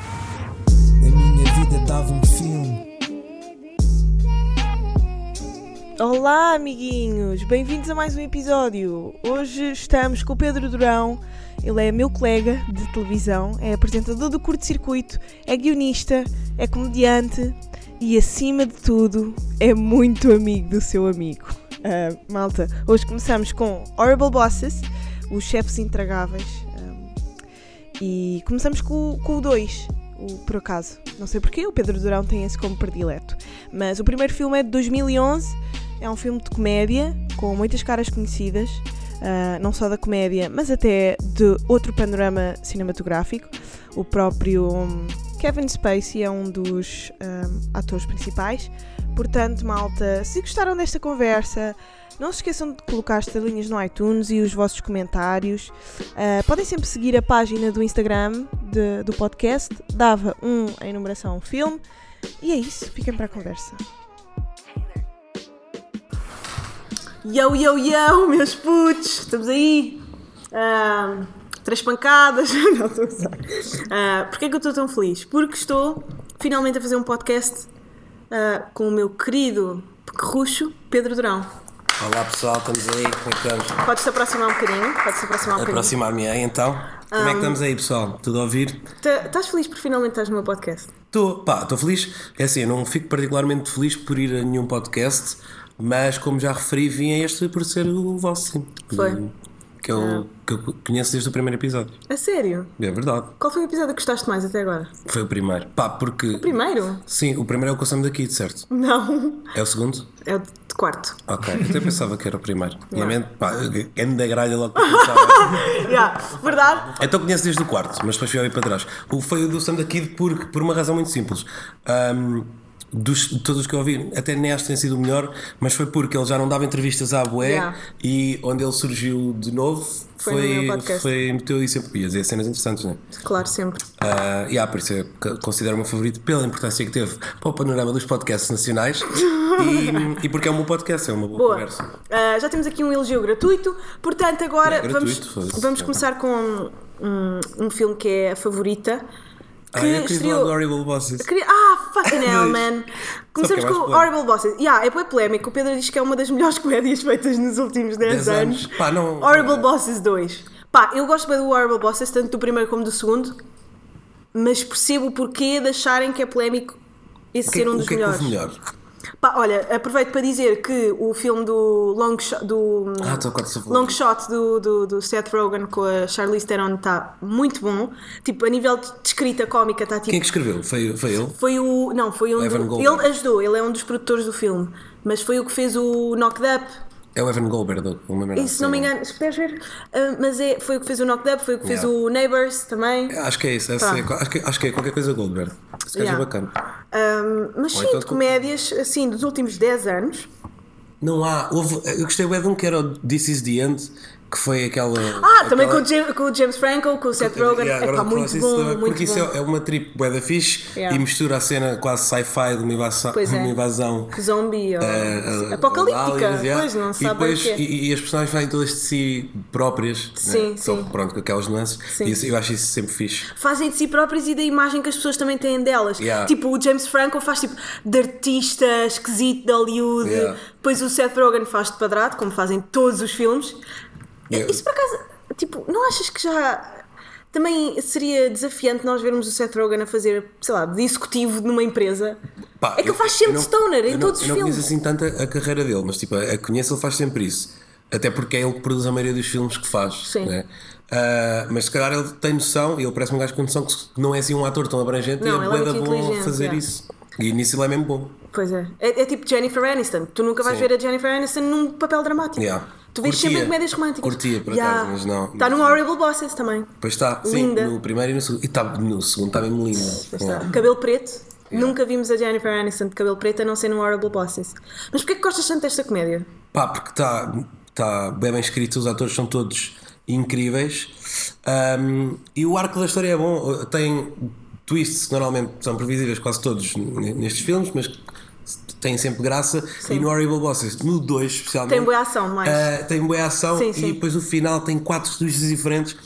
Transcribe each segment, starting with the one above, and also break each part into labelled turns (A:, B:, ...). A: A minha vida dava um filme.
B: Olá, amiguinhos! Bem-vindos a mais um episódio. Hoje estamos com o Pedro Durão. Ele é meu colega de televisão, é apresentador do curto-circuito, é guionista, é comediante e, acima de tudo, é muito amigo do seu amigo. Ah, malta, hoje começamos com Horrible Bosses, os chefes intragáveis. ah, e começamos com, o- com o 2, por acaso. Não sei porquê, o Pedro Durão tem esse como predileto. Mas o primeiro filme é de 2011, é um filme de comédia, com muitas caras conhecidas, ah, não só da comédia, mas até de outro panorama cinematográfico. O próprio hum, Kevin Spacey é um dos hum, atores principais. Portanto, malta, se gostaram desta conversa, não se esqueçam de colocar estrelinhas no iTunes e os vossos comentários. Uh, podem sempre seguir a página do Instagram de- do podcast, dava um em numeração filme. E é isso, fiquem para a conversa. Yo, yo, yo, meus putos, estamos aí. Ah, três pancadas. Não, estou a usar. Porquê é que eu estou tão feliz? Porque estou finalmente a fazer um podcast ah, com o meu querido pequerrucho, Pedro Durão.
A: Olá pessoal, estamos aí, como é que estamos?
B: Podes-te aproximar um bocadinho? Podes-te aproximar um bocadinho.
A: Aproximar-me aí então. Como
B: Ah.
A: é que estamos aí pessoal? Tudo a ouvir?
B: Tá- Estás feliz por finalmente estás no meu podcast?
A: Estou, pá, estou feliz. É assim, eu não fico particularmente feliz por ir a nenhum podcast, mas como já referi, vim a este por ser o vosso, sim. Hum,
B: Foi. Ah.
A: Que eu, que eu conheço desde o primeiro episódio.
B: A sério?
A: É verdade.
B: Qual foi o episódio que gostaste mais até agora?
A: Foi o primeiro. Pá, porque.
B: Primeiro?
A: Sim, o primeiro é o que eu Sam daqui, certo?
B: Não.
A: É o segundo?
B: É o de quarto.
A: Ok, eu até pensava que era o primeiro. Minha mente, pá, da gralha logo né? que eu pensava.
B: Yeah, verdade?
A: Então conheço desde o quarto, mas depois fui olhar para trás. O foi o do Sam da Kid porque, por uma razão muito simples. Ahm, dos, de todos os que eu ouvi, até nem acho que tem sido o melhor, mas foi porque ele já não dava entrevistas à Bué
B: Yeah.
A: e onde ele surgiu de novo
B: Foi no meu podcast.
A: foi meteu isso sempre. Ia dizer cenas interessantes, não é?
B: Claro, sempre.
A: Ah, e há, por isso eu c- considero o meu favorito pela importância que teve para o panorama dos podcasts nacionais e, e porque é um bom podcast, é uma boa,
B: Boa.
A: conversa.
B: Ah, já temos aqui um elogio gratuito, portanto, agora
A: É gratuito,
B: vamos,
A: foda-se.
B: vamos começar com um, um- um filme que é a favorita. Que
A: Ah, eu queria falar do
B: estreou.
A: Horrible Bosses.
B: Queria- Ah, fucking hell,
A: Dois.
B: man!
A: Só
B: Começamos
A: porque é
B: com
A: mais polémico.
B: Horrible Bosses. Yeah, é bem polémico. O Pedro diz que é uma das melhores comédias feitas nos últimos 10
A: 10 anos.
B: anos.
A: Pá, não- é.
B: Horrible Bosses 2. Pá, eu gosto bem do Horrible Bosses, tanto do primeiro como do segundo, mas percebo o porquê de acharem que é polémico esse
A: O que é que-
B: ser um
A: o
B: dos
A: que é que
B: melhores.
A: houve melhor?
B: Pá, olha, aproveito para dizer que o filme do Long Shot, do
A: Ah, estou a quase a falar.
B: Long Shot do, do, do Seth Rogen com a Charlize Theron está muito bom. Tipo, a nível de de escrita cómica está tipo.
A: Quem é que escreveu? Foi, foi ele?
B: Foi o. Não, foi um.
A: Evan
B: Do,
A: Goldberg.
B: ele ajudou, ele é um dos produtores do filme. Mas foi o que fez o Knocked Up.
A: É o Evan Goldberg, uma merda
B: E se não me
A: assim.
B: engano, se puderes ver. ah, mas é, foi o que fez o Knocked Up, foi o que fez
A: Yeah.
B: o Neighbours também.
A: Acho que é isso, essa é- acho, que, acho que é qualquer coisa Goldberg. Se calhar
B: Yeah.
A: é bacana.
B: Ah, mas
A: Ou
B: sim,
A: então
B: de
A: tu-
B: comédias, assim, dos últimos 10 anos.
A: Não há, houve, eu gostei bué de um que era o This Is the End, que foi aquela.
B: Ah, também
A: aquela-
B: com o, James, com o James Franco, com o Seth Rogen.
A: Yeah,
B: é
A: agora que
B: pá, muito
A: falaste isso
B: bom,
A: também,
B: muito
A: porque
B: bom.
A: isso é- é uma trip bué da fixe
B: Yeah.
A: e mistura a cena quase sci-fi de uma invasão.
B: Pois é.
A: Uma invasão
B: Zombie ou
A: eh, eh,
B: apocalíptica,
A: aliens, yeah.
B: pois não
A: e
B: se sabe bem
A: depois,
B: o que é.
A: E, e as personagens fazem todas de si próprias,
B: Sim,
A: né? Só,
B: sim.
A: pronto, com aquelas nuances.
B: Sim.
A: E isso- eu acho isso sempre fixe.
B: Fazem de si próprias e da imagem que as pessoas também têm delas.
A: Yeah.
B: Tipo, o James Franco faz tipo de artista esquisito de Hollywood.
A: Yeah.
B: Depois o Seth Rogen faz de padrado, como fazem todos os filmes.
A: Yeah.
B: Isso por acaso, tipo, não achas que já. Também seria desafiante nós vermos o Seth Rogen a fazer, sei lá, de executivo numa empresa.
A: Pá,
B: é que
A: eu-
B: ele faz sempre
A: eu não-
B: stoner
A: eu
B: em
A: não-
B: todos os
A: Eu não
B: filmes.
A: conheço assim tanto a, a carreira dele, mas tipo, a, a conheço, ele faz sempre isso. Até porque é ele que produz a maioria dos filmes que faz.
B: Sim.
A: né? Ah, mas se calhar ele tem noção, e ele parece um gajo com noção que se- não é assim um ator tão abrangente
B: Não,
A: e é
B: ele é
A: bué da
B: muito
A: bom
B: inteligente,
A: a fazer
B: yeah.
A: isso. E nisso ele é mesmo bom.
B: Pois é. é. é tipo Jennifer Aniston. Tu nunca vais
A: Sim.
B: ver a Jennifer Aniston num papel dramático.
A: Yeah.
B: Tu vês
A: Curtia.
B: sempre em comédias românticas.
A: Curtia, por acaso, mas não.
B: Está num Horrible Bosses também.
A: Pois está,
B: Linda.
A: sim, no primeiro e no segundo. E tá, no segundo está mesmo lindo. É.
B: Pois está.
A: Yeah.
B: tá. Cabelo preto. Nunca vimos a Jennifer Aniston de cabelo preto a não ser num Horrible Bosses. Mas porquê que gostas tanto desta comédia?
A: Pá, porque está tá bem bem escrito, os atores são todos incríveis. Ahm, e o arco da história é bom, tem twists que normalmente são previsíveis quase todos n- nestes filmes, mas têm sempre graça.
B: Sim.
A: E no Horrible Bosses, no 2 especialmente.
B: Tem boa ação, mais.
A: ah, tem boa ação
B: Sim,
A: e
B: sim.
A: depois no final tem quatro twists diferentes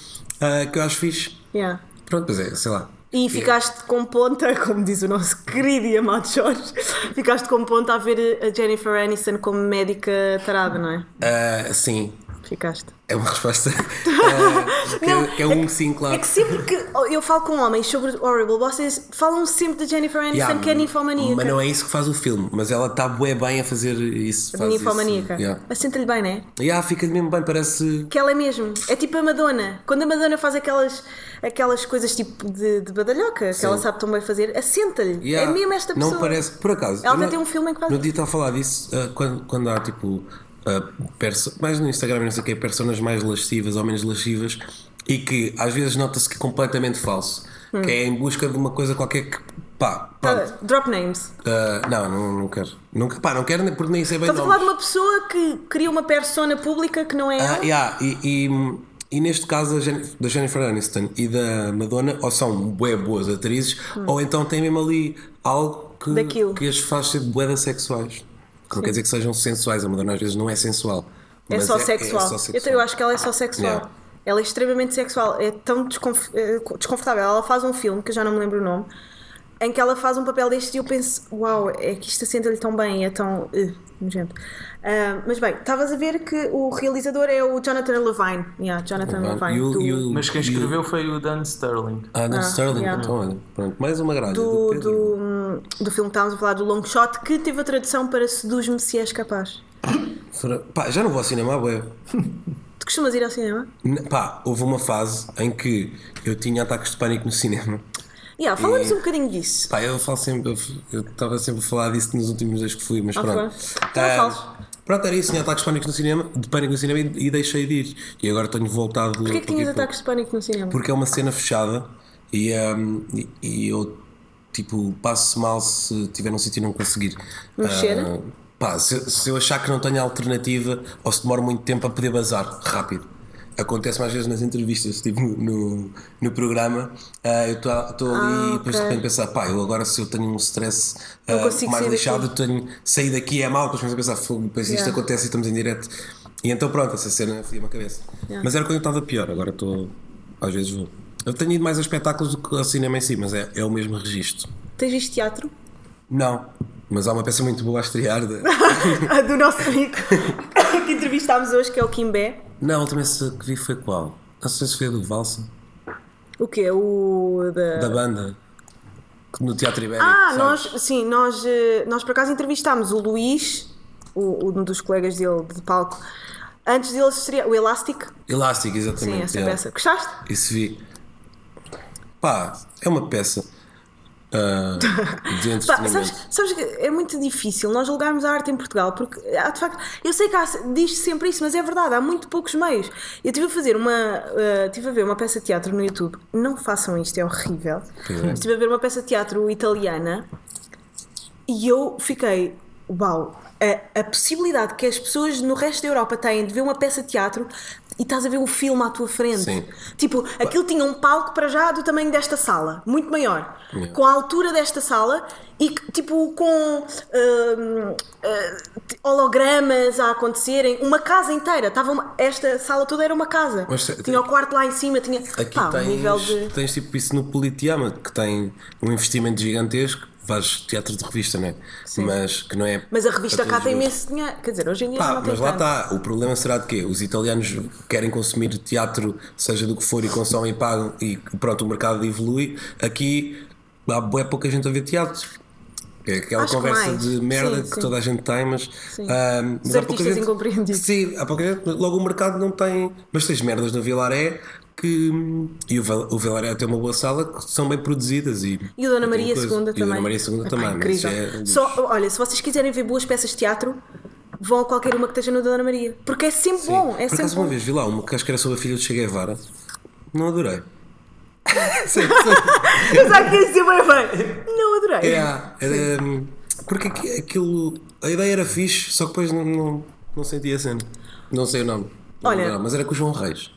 A: ah, que eu acho fixe.
B: Yeah.
A: Pronto, pois é, sei lá.
B: E ficaste com ponta, como diz o nosso querido e amado Jorge, ficaste com ponta a ver a Jennifer Aniston como médica tarada, não é?
A: Ah, sim,
B: Ficaste.
A: é uma resposta ah, que,
B: Não,
A: é- que é um sim, claro.
B: É que sempre que eu falo com homens sobre Horrible Bosses, falam sempre da Jennifer Aniston
A: Yeah,
B: que é ninfomaníaca.
A: Mas não é isso que faz o filme, mas ela está bué bem a fazer isso. Faz
B: ninfomaníaca.
A: Isso. Yeah.
B: Mas sente-lhe bem, não é?
A: Yeah, fica-lhe mesmo bem, parece.
B: Que ela é mesmo. É tipo a Madonna. Quando a Madonna faz aquelas, aquelas coisas tipo de, de badalhoca que ela sabe tão bem fazer, assenta-lhe.
A: Yeah,
B: É mesmo esta pessoa.
A: Não parece, por acaso.
B: Ela
A: eu
B: até
A: não-
B: tem um filme em que faz
A: No
B: isso.
A: dia estava a falar disso, ah, quando, quando há tipo. ah, perso- mais no Instagram, não sei o que, personas mais lascivas ou menos lascivas e que às vezes nota-se que é completamente falso. Que é em busca de uma coisa qualquer que. pá, pronto.
B: Ah, Drop names.
A: Ah, não, não, não quero. Não, pá, não quero nem- porque nem sei bem
B: Estás a
A: nomes.
B: falar de uma pessoa que cria uma persona pública que não é
A: Ah,
B: ela?
A: yeah, e, e- e neste caso da Jen- da Jennifer Aniston e da Madonna, ou são bué boas atrizes, ou então têm mesmo ali algo que,
B: Hum. Daquilo.
A: que as faz ser bué sexuais. Que não quer dizer que sejam sensuais, a Madonna às vezes não é sensual.
B: É
A: mas
B: só sexual.
A: é só Ah,
B: Eu, te- eu acho que ela é só sexual.
A: Yeah.
B: Ela é extremamente sexual. É tão desconf- eh, co- desconfortável. Ela faz um filme, que eu já não me lembro o nome, em que ela faz um papel deste e eu penso: Uau, é que isto assenta-lhe tão bem, é tão. Uh, nojento. Ah, mas bem, estavas a ver que o realizador é o Jonathan Levine. Yeah, Jonathan Levine.
A: E o-
B: do-
A: e o-
C: Mas quem
A: e o-
C: escreveu foi o Dan Sterling.
A: Ah, não, Sterling,
B: yeah.
A: então olha, pronto, mais uma grade.
B: do,
A: Pedro.
B: do, hum, do filme que estávamos a falar, do Long Shot, que teve a tradução para Seduz-me se és capaz.
A: Fra- Pá, já não vou ao cinema, bué.
B: Tu costumas ir ao cinema?
A: N- Pá, houve uma fase em que eu tinha ataques de pânico no cinema.
B: Yeah, Fala-nos um bocadinho disso.
A: Pá, eu falo sempre, eu estava sempre a falar disso nos últimos dois que fui, mas
B: Ah,
A: pronto.
B: foi? Então
A: Ah,
B: falas.
A: Pronto, era isso, tinha ataques de pânico no cinema, de pânico no cinema e, e deixei de ir. E agora tenho voltado.
B: Porquê é que tinhas ataques de pânico no cinema?
A: Porque é uma cena fechada e, hum, e, e eu, tipo, passo mal se tiver num sítio e não conseguir.
B: Mexer?
A: Ah, pá, se, se eu achar que não tenho alternativa ou se demoro muito tempo a poder bazar, rápido. Acontece mais vezes nas entrevistas, tipo no, no programa, ah, eu estou ali
B: Ah,
A: e depois
B: ok.
A: de repente pensar, pá, eu agora se eu tenho um stress
B: Não
A: ah,
B: consigo
A: mais
B: sair
A: lixado, eu tenho sair daqui é mal, depois começo a pensar, fogo, depois isto
B: Yeah.
A: acontece e estamos em direto. E então pronto, essa cena fria-me a cabeça. Mas era quando eu estava pior, agora estou. Às vezes vou. Eu tenho ido mais a espetáculos do que ao cinema em si, mas é, é o mesmo registro.
B: Tens visto teatro?
A: Não, mas há uma peça muito boa a estrear. de-
B: Ah, do nosso amigo que entrevistámos hoje, que é o Kimbé.
A: Não, a última peça que vi foi qual? Não sei se foi a do Valsa,
B: O quê? O da.
A: da banda, que no Teatro Ibérico.
B: Ah,
A: sabes?
B: nós, sim, nós, eh, nós por acaso entrevistámos o Luís, o, um dos colegas dele de palco, antes dele estrear. O Elastic.
A: Elástico,
B: Sim,
A: exatamente.
B: essa
A: yeah.
B: peça. Gostaste?
A: Isso vi. Pá, é uma peça. ah, de
B: Pá,
A: entretenimento.
B: sabes, sabes que é muito difícil nós julgarmos a arte em Portugal, porque há de facto, eu sei que há, diz sempre isso, mas é verdade, há muito poucos meios. Eu estive a fazer uma, eh, tive a ver uma peça de teatro no YouTube, não façam isto, é horrível.
A: Pois é.
B: Estive a ver uma peça de teatro italiana e eu fiquei, uau, a, a possibilidade que as pessoas no resto da Europa têm de ver uma peça de teatro e estás a ver um filme à tua frente.
A: Sim.
B: Tipo, aquilo tinha um palco para já do tamanho desta sala, muito maior,
A: Yeah.
B: com a altura desta sala e que, tipo com hum, eh, t- hologramas a acontecerem, uma casa inteira. Tava uma- esta sala toda era uma casa.
A: Mas se-
B: tinha o quarto lá em cima, tinha
A: Aqui
B: pá,
A: tens,
B: um nível de.
A: tens tipo isso no Politeama, que tem um investimento gigantesco, faz teatro de revista, não é? Mas que não é.
B: Mas a revista
A: para
B: cá
A: todos
B: tem
A: os gostos.
B: imenso dinheiro. Quer dizer, hoje em dia já
A: Pá,
B: não tem
A: mas lá
B: tanto.
A: está, o problema será de quê? Os italianos querem consumir teatro, seja do que for, e consomem e pagam, e pronto, o mercado evolui. Aqui há bué pouca gente a ver teatro. É aquela
B: Acho que
A: conversa
B: mais.
A: de merda
B: Sim,
A: que
B: sim.
A: toda a gente tem, mas. ahm, mas
B: Os
A: há pouca
B: artistas
A: gente-
B: incompreendidos.
A: Sim, há pouca gente. Logo o mercado não tem. Mas tens merdas no Vilaré que. E o Vel- o Vilaré tem uma boa sala que são bem produzidas. E,
B: E o Dona
A: tem
B: Maria II
A: coisa.
B: também.
A: E o Dona Maria II
B: Epá,
A: também. mas isso
B: incrível.
A: é-
B: Só, olha, se vocês quiserem ver boas peças de teatro, vão a qualquer uma que esteja no Dona Maria. Porque é sempre
A: Sim.
B: bom. É
A: Por
B: sempre
A: acaso
B: bom.
A: uma vez vi lá uma que acho que era sobre a filha de Che Guevara. Não adorei. Sim,
B: Eu já queria dizer bem, bem. Não adorei.
A: é, há, era, hum, porque aqui- aquilo. A ideia era fixe, só que depois não, não, não senti a cena. Não sei o nome. Não
B: Olha.
A: lembro, mas era com o João Reis.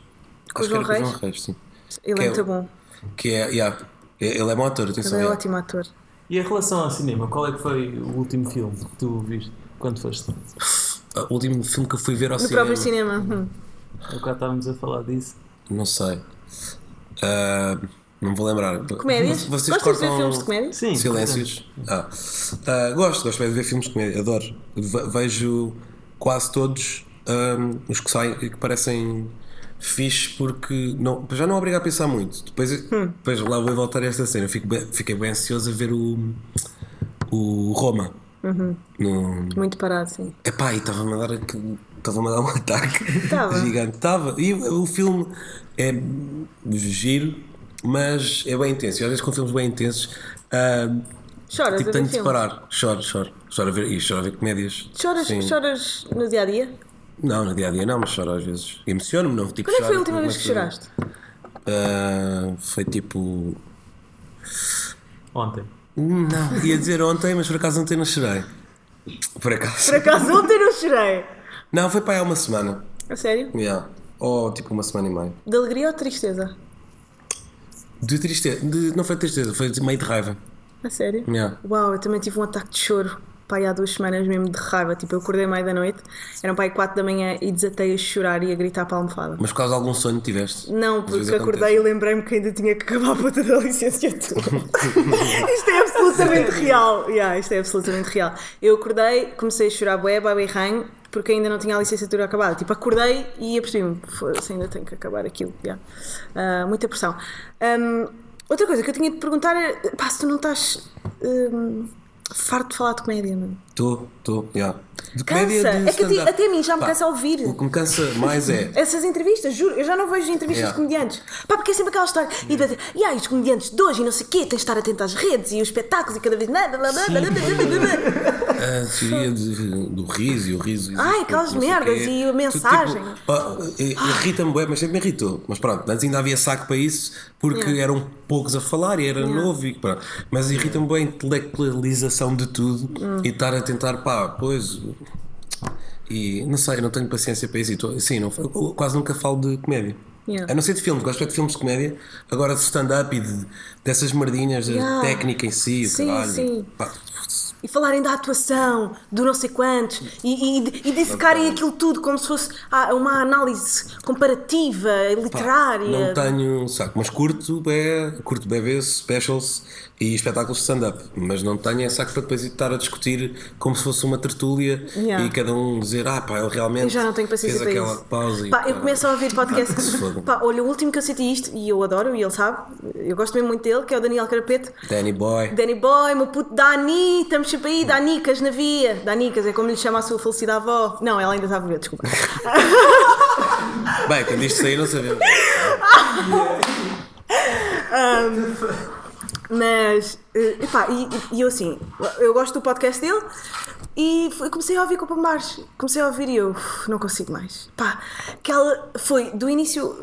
B: Com o
A: acho
B: João
A: que era com o
B: Reis?
A: João Reis, sim.
B: Ele
A: Que
B: é
A: é
B: muito
A: o-
B: bom.
A: Que é. yeah, ele é bom ator, atenção.
B: Ele é
A: yeah.
B: ótimo ator.
C: E em relação ao cinema, qual é que foi o último filme que tu viste quando foste?
A: O último filme que eu fui ver ao
B: No
A: cinema.
B: próprio cinema. Hum.
C: Há bocado estávamos a falar disso.
A: Não sei. Ah, não vou lembrar.
B: Comédias?
A: Mas Vocês
B: Gostas de ver
A: cortam
B: filmes de comédia?
C: Sim.
A: Silêncios. Ah. Ah, gosto, gosto bem de ver filmes de comédia, adoro. Ve- Vejo quase todos ahm, os que saem e que parecem fixe porque não, já não obriga a pensar muito. Depois, depois lá vou voltar a esta cena. Eu Fico bem- fiquei bem ansioso a ver o, o Roma. No,
B: Muito parado, sim.
A: Epá, e estava-me a dar aquele- estava-me a dar um ataque
B: Tava.
A: gigante. Estava. E o o filme é giro, mas é bem intenso. E às vezes com filmes bem intensos, ah,
B: Choras
A: tipo,
B: a ver
A: tenho de
B: filmes?
A: parar. Choro, choro. Choro a ver isto, choro a ver comédias.
B: Choras,
A: Sim.
B: choras no dia a dia?
A: Não, no dia a dia não, mas choro às vezes. Emociono-me, não. Tipo,
B: Quando é que foi a
A: choro,
B: última vez que
A: começo a-
B: choraste?
A: Ah, foi tipo.
C: Ontem.
A: Não, ia dizer ontem, mas por acaso ontem não chorei. Por acaso.
B: Por acaso ontem não chorei.
A: Não, foi para aí há uma semana.
B: A sério?
A: Yeah. Ou tipo uma semana e meia.
B: De alegria ou de tristeza?
A: De tristeza, de- não foi de tristeza, foi de meio de raiva.
B: A sério?
A: Yeah.
B: Uau, eu também tive um ataque de choro. Pai, há duas semanas mesmo de raiva. Tipo, eu acordei meio da noite, eram pai quatro da manhã e desatei a chorar e a gritar para a almofada.
A: Mas por causa de algum sonho que tiveste?
B: Não,
A: Às vezes
B: porque acordei e lembrei-me que ainda tinha que acabar a puta da licenciatura. isto é absolutamente real. Yeah, isto é absolutamente real. Eu acordei, comecei a chorar bué, bué, bué, ranho, porque ainda não tinha a licenciatura acabada. Tipo, acordei e apercebi-me, foda-se, ainda tenho que acabar aquilo. yeah. Ah, muita pressão. Ahm, outra coisa que eu tinha de perguntar é, pá, se tu não estás ahm, farto de falar de comédia, não?
A: Estou, estou, yeah. De
B: Cansa! É que a ti-
A: stand-up.
B: até a mim já me
A: Pá,
B: cansa ouvir.
A: O que me cansa mais é.
B: Essas entrevistas, juro, eu já não vejo entrevistas
A: Yeah.
B: de comediantes. Pá, porque é sempre aquela história. E, de- e ai, os comediantes de hoje e não sei o quê, tens de estar atento às redes e os espetáculos e cada vez. blá, blá, blá, blá, blá, blá, blá, blá.
A: a teoria de- do riso e o riso. existe
B: Ai, aquelas
A: porque não sei
B: merdas
A: quê.
B: e a
A: Tudo,
B: mensagem.
A: tipo, pá, eh, Irrita-me, bué, mas sempre me irritou. Mas pronto, antes ainda havia saco para isso porque eram poucos a falar e era novo. E, pronto. Mas irrita-me bem a intelectualização de tudo
B: Hum.
A: e estar a tentar, pá, pois. E não sei, eu não tenho paciência para isso. E tô- sim, não, eu quase nunca falo de comédia.
B: Yeah.
A: A não ser de filmes, gosto é de filmes de comédia, agora de stand-up e de- dessas merdinhas,
B: Yeah.
A: da técnica em si, o
B: Sim,
A: caralho.
B: sim.
A: Pá,
B: E falarem da atuação, do não sei quantos, e, e, e dissecarem aquilo tudo como se fosse ah, uma análise comparativa,
A: Pá,
B: literária.
A: Não tenho um saco, mas curto é, curto BBs, specials e espetáculos de stand-up, mas não tenho é saco para depois ir estar a discutir como se fosse uma tertúlia
B: Yeah.
A: e cada um dizer, ah pá, ele realmente
B: Eu já não tenho paciência
A: fez
B: para
A: aquela
B: isso.
A: pausa e
B: Pá, eu
A: pá,
B: começo a ouvir podcasts.
A: se foda.
B: Pá, olha, o último que eu senti isto, e eu adoro, e ele sabe, eu gosto mesmo muito dele, que é o Daniel Carapeto.
A: Danny Boy.
B: Danny Boy, meu puto Dani, estamos sempre aí, Danicas na via. Danicas, é como lhe chama a sua falecida avó. Não, ela ainda está a viver, desculpa.
A: Bem, quando isto sair não sabemos.
B: Mas, eh, epá, e, e eu assim, eu gosto do podcast dele e fui- comecei a ouvir Copa Mares. Comecei a ouvir e eu "Uf, não consigo mais. Pá, aquela foi do início,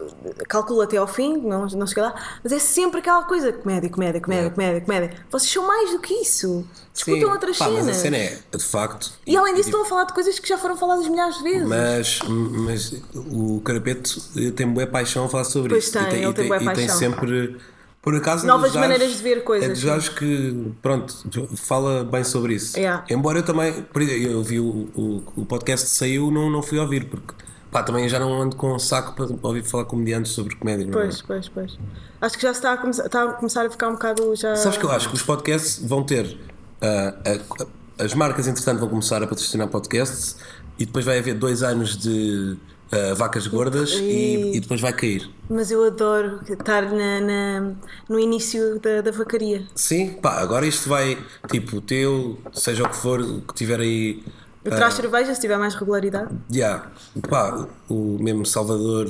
B: calculo até ao fim, não, não cheguei lá, mas é sempre aquela coisa: comédia, comédia, comédia, comédia, comédia. Vocês são mais do que isso. Discutam
A: É. Sim,
B: outras
A: pá,
B: cenas.
A: Mas a cena é, tipo de facto.
B: E além disso, estão a falar de coisas que já foram faladas milhares de vezes.
A: Mas, mas o Carapeto eh, tem boa paixão a falar sobre
B: Pois
A: isso.
B: tem,
A: e tem,
B: ele
A: e
B: tem bué
A: e tem
B: paixão.
A: sempre. Por acaso, é
B: Novas
A: dos gajos-
B: maneiras de ver coisas,
A: É dos
B: sim.
A: gajos que, pronto, fala bem sobre isso.
B: Yeah.
A: Embora eu também. por exemplo, Eu vi o, o, o podcast que saiu, não, não fui ouvir, porque. Pá, também já não ando com um saco para ouvir falar comediantes sobre comédia, não é?
B: Pois, pois, pois. Acho que já se está a, começar, está a começar a ficar um bocado já.
A: Sabes que eu acho que os podcasts vão ter. ah, a- a- as marcas, entretanto, vão começar a patrocinar podcasts e depois vai haver dois anos de ah, vacas gordas e, e depois vai cair.
B: Mas eu adoro estar na, na- no início da, da vacaria.
A: Sim, pá, agora isto vai, tipo, o teu, seja o que for, o que tiver aí.
B: Eu traz cerveja se tiver mais regularidade.
A: Yeah, pá, o mesmo Salvador.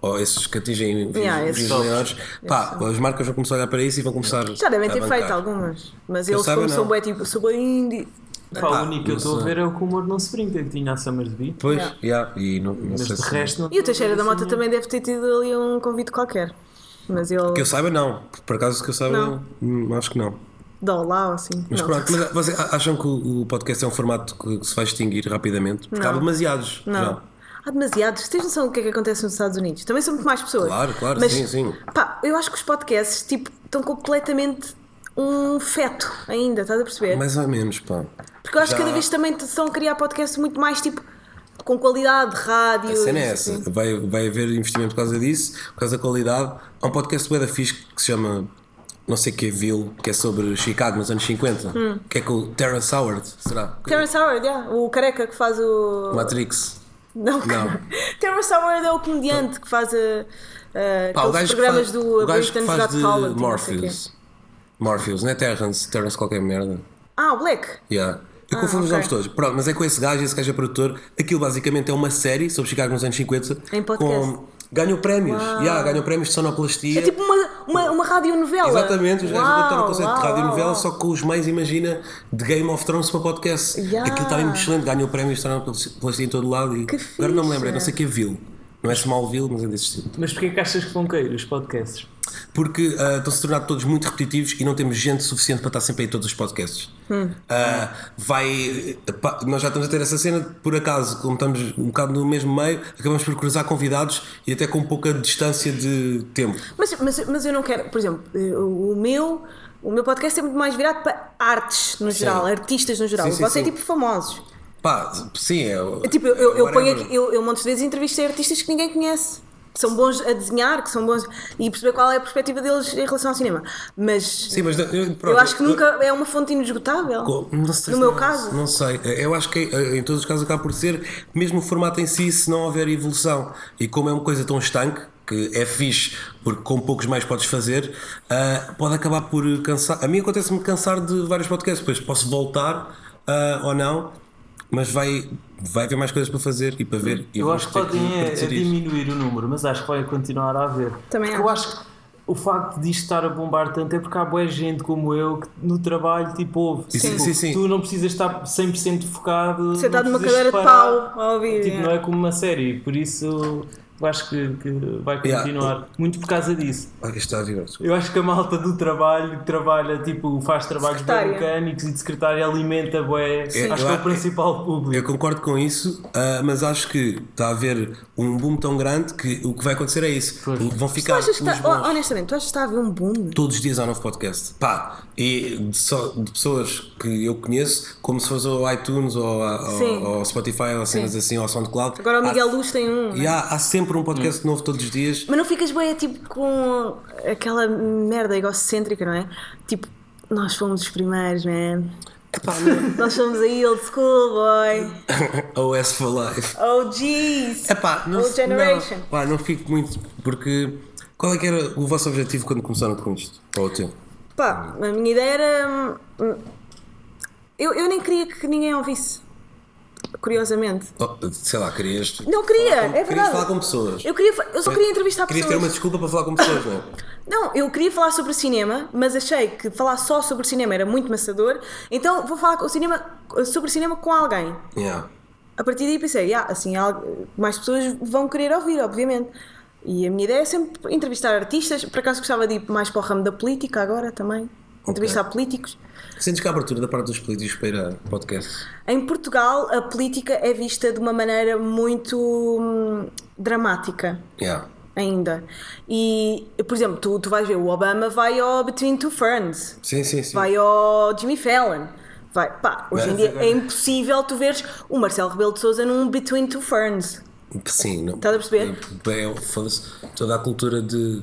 A: Ou esses que atingem os
B: Yeah, esses tops.
A: maiores, pá, as marcas vão começar a olhar para isso e vão começar.
B: Já devem
A: a
B: ter
A: bancar.
B: feito algumas. Mas
A: Tá Eu
B: eles,
A: saiba,
B: como
A: não.
B: são bem tipo, sou bem indie.
C: Pá, o único que eu
A: não
C: estou a
A: sei.
C: ver é o que o humor não se brinca, que tinha a Summers Beat.
A: Pois, yeah, e não, não
C: Mas
A: sei
C: de
A: se.
C: resto não
B: E o
C: estou a
B: Teixeira
C: ver
B: da Mota
C: assim
B: também deve ter tido ali um convite qualquer. Mas ele.
A: Que eu saiba, não. Por acaso que eu saiba,
B: Não.
A: hum, acho que não.
B: Dá lá ou assim.
A: Mas
B: não.
A: pronto, mas vocês acham que o o podcast é um formato que que se vai extinguir rapidamente? Porque há demasiados.
B: Não. Ah,
A: já.
B: Há demasiados. Tens noção do que é que acontece nos Estados Unidos? Também são muito mais pessoas.
A: Claro, claro,
B: Mas,
A: sim, sim.
B: Pá, eu acho que os podcasts, tipo, estão completamente um feto ainda, estás a perceber?
A: Mais ou menos, pá.
B: Porque eu acho que
A: já-
B: cada vez também te- estão a criar podcasts muito mais tipo com qualidade, rádio.
A: A cena é
B: isso
A: essa.
B: assim.
A: Vai, vai haver investimento por causa disso, por causa da qualidade. Há um podcast bué da fixe que se chama não sei que Ville, que é sobre Chicago nos anos 50, que é com o Terrence Howard, será?
B: Hum. Terrence Howard, yeah, o careca que faz o.
A: Matrix.
B: Não,
A: Não.
B: Terrence Howard é o comediante que faz uh, uh,
A: Pá, o
B: aqueles
A: gajo que
B: programas
A: faz,
B: do
A: o gajo que
B: Britain's
A: faz
B: Got
A: de
B: Talent. não sei o quê.
A: Morpheus. Morpheus, não é Terrence, Terrence qualquer merda.
B: Ah, o Black.
A: Yeah. Eu confundo os
B: Ah,
A: nomes
B: ok.
A: todos. Pronto, mas é com esse gajo, esse gajo é produtor. Aquilo basicamente é uma série sobre Chicago nos anos 50.
B: Em podcast.
A: Com... Ganham prémios. Yeah, ganham prémios de sonoplastia.
B: É tipo uma, uma, uma radionovela.
A: Exatamente, os gajos adotaram o
B: Uau,
A: conceito de
B: uau,
A: rádio
B: uau,
A: novela,
B: uau.
A: só que com os meios, imagina, de Game of Thrones para podcast.
B: Ya.
A: Aquilo está mesmo excelente, ganhou prémios, estão plastia em todo lado. E...
B: Que
A: Agora não me
B: fixe.
A: lembro, é não sei que é Ville. Não é Smallville, mas é desse estilo.
C: Mas porquê é que achas que vão cair os podcasts?
A: Porque ah, estão-se a tornar todos muito repetitivos e não temos gente suficiente para estar sempre aí em todos os podcasts.
B: Hum.
A: Ah, vai. pá, nós já estamos a ter essa cena, por acaso, como estamos um bocado no mesmo meio, acabamos por cruzar convidados e até com pouca distância de tempo.
B: Mas, mas, mas eu não quero, por exemplo, eh, o o meu, o meu podcast é muito mais virado para artes no geral, artistas no geral.
A: Sim, sim,
B: Você é
A: sim.
B: tipo famosos.
A: Pá, sim, é.
B: Tipo, eu, eu, eu
A: whatever.
B: ponho aqui, eu, eu montes de vezes entrevistei artistas que ninguém conhece. Que são bons a desenhar, que são bons. e perceber qual é a perspectiva deles em relação ao cinema. Mas,
A: Sim, mas eu,
B: eu
A: pronto,
B: acho que nunca é uma fonte inesgotável.
A: Co- Não sei se
B: No meu
A: não-
B: caso?
A: Não sei. Eu acho que eh, em todos os casos acaba por ser, mesmo o formato em si, se não houver evolução. E como é uma coisa tão estanque, que é fixe, porque com poucos mais podes fazer, ah, pode acabar por cansar. A mim acontece-me cansar de vários podcasts, depois posso voltar ah, ou não, mas vai, vai haver mais coisas para fazer e para ver. E
C: Eu
A: vamos
C: acho que
A: ter
C: podem
B: eh,
C: é, é
A: produzir isto.
C: diminuir o número, mas acho que vai continuar a haver.
B: Também
C: porque eu acho que o facto de isto estar a bombar tanto é porque há boa gente como eu que no trabalho tipo ouve.
A: Sim,
C: Tipo,
A: sim, sim.
C: Tu não precisas estar 100% focado.
B: Sentado
C: não
B: numa
C: precisas
B: cadeira de
C: parar.
B: pau a ouvir.
C: Tipo,
B: é.
C: não é como uma série, por isso eu acho que, que vai
A: Yeah.
C: continuar. Muito por causa disso.
A: Ah, aqui está a vibrar.
C: Eu acho que a malta do trabalho que trabalha, tipo, faz trabalhos de
B: Secretária.
C: mecânicos e de secretária alimenta bué. Acho que é
A: Eu-
C: o principal público.
A: Eu concordo com isso, ah, mas acho que está a haver um boom tão grande que o que vai acontecer é isso. Vão
B: Tu
A: ficar
B: achas que
A: os
B: está,
A: bons.
B: oh, honestamente, tu achas que está a haver um boom?
A: todos os dias há um novo podcast. Pá, e de, só- de pessoas que eu conheço, como se fosse ao iTunes ou, a- ao-
B: Sim.
A: ao Spotify ou cenas assim, ou ao SoundCloud.
B: Agora o Miguel
A: há,
B: Luz tem um.
A: e há, há sempre um podcast novo todos os dias.
B: Mas não ficas bem tipo com aquela merda egocêntrica, não é? Tipo, nós fomos os primeiros, man. nós fomos a old school, boy.
A: OS é for Life.
B: Oh, jeez.
A: Epá, não,
B: Old
A: se-
B: generation.
A: não, pá, não fico muito. Porque qual é que era o vosso objetivo quando começaram com isto? Ou o teu?
B: Pá, a minha ideia era. hum, Eu, eu nem queria que ninguém ouvisse. Curiosamente.
A: Oh, sei lá, querias.
B: Não queria,
A: falar com-
B: é
A: Querias
B: verdade.
A: falar com pessoas.
B: Eu, queria, fa- eu só queria entrevistar
A: Querias ter
B: pessoas.
A: uma desculpa para falar com pessoas, não é?
B: Não, eu queria falar sobre cinema, mas achei que falar só sobre cinema era muito maçador, então vou falar com o cinema, sobre cinema com alguém.
A: Yeah.
B: A partir daí pensei, "Ya, assim, al- mais pessoas vão querer ouvir, obviamente. E a minha ideia é sempre entrevistar artistas, por acaso gostava de ir mais para o ramo da política agora também, entrevistar políticos.
A: Sentes que a abertura da parte dos políticos para ir a podcasts?
B: Em Portugal, a política é vista de uma maneira muito hum, dramática.
A: Yeah.
B: Ainda. E, por exemplo, tu, tu vais ver, o Obama vai ao Between Two Ferns,
A: Sim, sim, sim.
B: vai ao Jimmy Fallon. Vai, pá, hoje em
A: Mas
B: dia
A: agora-
B: é impossível tu veres o Marcelo Rebelo de Souza num Between Two Ferns.
A: Sim, não.
B: Estás a perceber?
A: É, é, foda-se, toda a cultura de.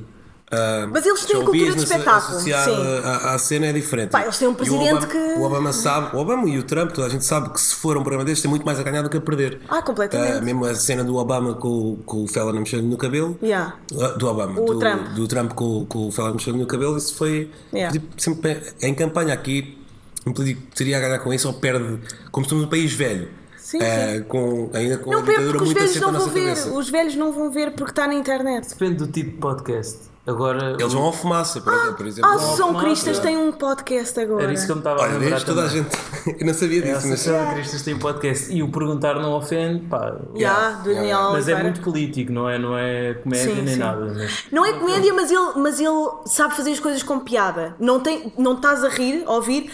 A: ah,
B: Mas eles têm
A: show
B: cultura de
A: business
B: espetáculo,
A: associada
B: sim.
A: À, à cena é diferente.
B: Pá, eles têm um
A: E o
B: presidente
A: Obama-
B: que-
A: O Obama sabe, o Obama e o Trump, toda a gente sabe que se for um programa destes tem muito mais a ganhar do que a perder.
B: Ah, completamente.
A: Ah, mesmo a cena do Obama com, com o Fallon a mexer no cabelo.
B: Yeah.
A: Ah, Do Obama,
B: O
A: do
B: Trump.
A: do Trump com, com o Fallon mexendo no cabelo, isso foi
B: Yeah.
A: tipo, sempre em campanha aqui. Um político teria a ganhar com isso ou perde, como somos um país velho,
B: Sim,
A: ah, Com, ainda com
B: Não
A: a
B: perde
A: ditadura
B: porque os
A: muito
B: velhos
A: assente na
B: não vão
A: nossa
B: ver.
A: cabeça.
B: Os velhos não vão ver porque está na internet.
C: Depende do tipo de podcast. Agora,
A: Eles vão ao fumaça, por, por exemplo.
B: Ah, o
A: Vão ao-
B: São
C: Fumar,
B: Cristas
C: é.
B: tem um podcast agora.
C: era isso que eu me estava a
A: Olha,
C: lembrar
A: vês toda a
C: também.
A: gente. assim. Eu não sabia
C: É, a
A: disso, mas.
C: Associação de Cristas tem podcast e o Perguntar Não Ofende, pá.
B: Yeah,
A: Yeah,
B: do Daniel
A: yeah.
C: Mas é
B: Oliveira.
C: muito político, não é, não é comédia
B: Sim,
C: nem
B: sim.
C: nada. Mas...
B: Não é comédia, mas ele, mas ele sabe fazer as coisas com piada. Não, tem, não estás a rir, a ouvir,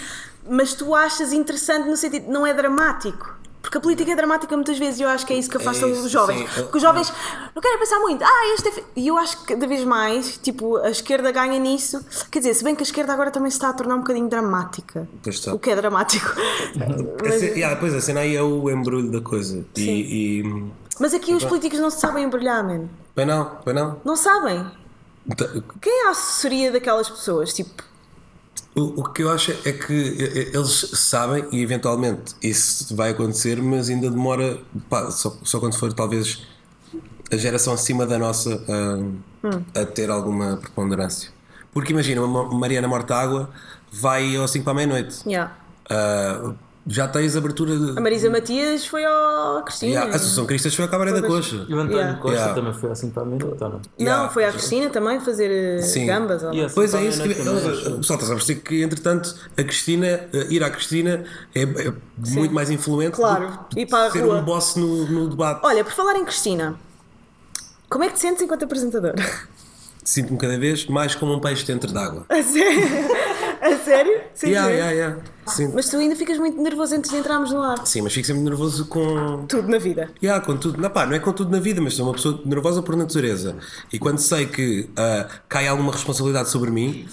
B: mas tu achas interessante no sentido. Não é dramático. Porque a política é dramática muitas vezes e eu acho que é isso que afasta
A: É isso,
B: os jovens.
A: sim.
B: Porque os jovens não querem pensar muito. Ah, este é. fi-" E eu acho que cada vez mais, tipo, a esquerda ganha nisso. Quer dizer, se bem que a esquerda agora também se está a tornar um bocadinho dramática.
A: Pois está.
B: O que é dramático.
A: A ce- yeah, pois a cena aí é o embrulho da coisa. E, e-
B: Mas aqui os políticos não se sabem embrulhar, mano.
A: Pois não, pois não.
B: Não sabem.
A: Tá-
B: Quem é a assessoria daquelas pessoas? Tipo,
A: O, o que eu acho é que e- e- eles sabem e eventualmente isso vai acontecer, mas ainda demora pá, só, só quando for talvez a geração acima da nossa ah, a, ter alguma preponderância. Porque imagina, uma Mo- Mariana Mortágua vai ao 5 para a meia-noite.
B: yeah.
A: Ah, já tens abertura de.
B: a Marisa Matias foi ao Cristina.
A: Uhum. Yeah, a Associação Cristas foi a Câmara da Coxa.
C: E o António
B: Yeah.
C: Costa
A: Yeah.
C: também foi assim para a minuta, ou não?
B: Não,
A: Yeah.
B: foi à Cristina também fazer eh,
A: Sim.
B: gambas. ou não?
C: E assim
A: Pois
C: para
A: é,
C: a
A: isso que.
C: meia-noite também, acho.
A: O pessoal está a perceber que, entretanto, a Cristina, eh, ir à Cristina é, é muito mais influente
B: Claro,
A: do que
B: ir para a
A: ser
B: rua. Oh.
A: um boss no, no debate.
B: Olha, por falar em Cristina, como é que te sentes enquanto apresentadora?
A: Sinto-me cada vez mais como um peixe dentro d'água.
B: A sério? A sério? Sim,
A: Yeah,
B: sim. Ah,
A: yeah, yeah. Sim.
B: Mas tu ainda ficas muito nervoso antes de entrarmos no ar.
A: Sim, mas fico sempre nervoso com.
B: Tudo na vida.
A: Yeah, com tudo. Não, pá, não é com tudo na vida, mas sou uma pessoa nervosa por natureza. E quando sei que ah, cai alguma responsabilidade sobre mim.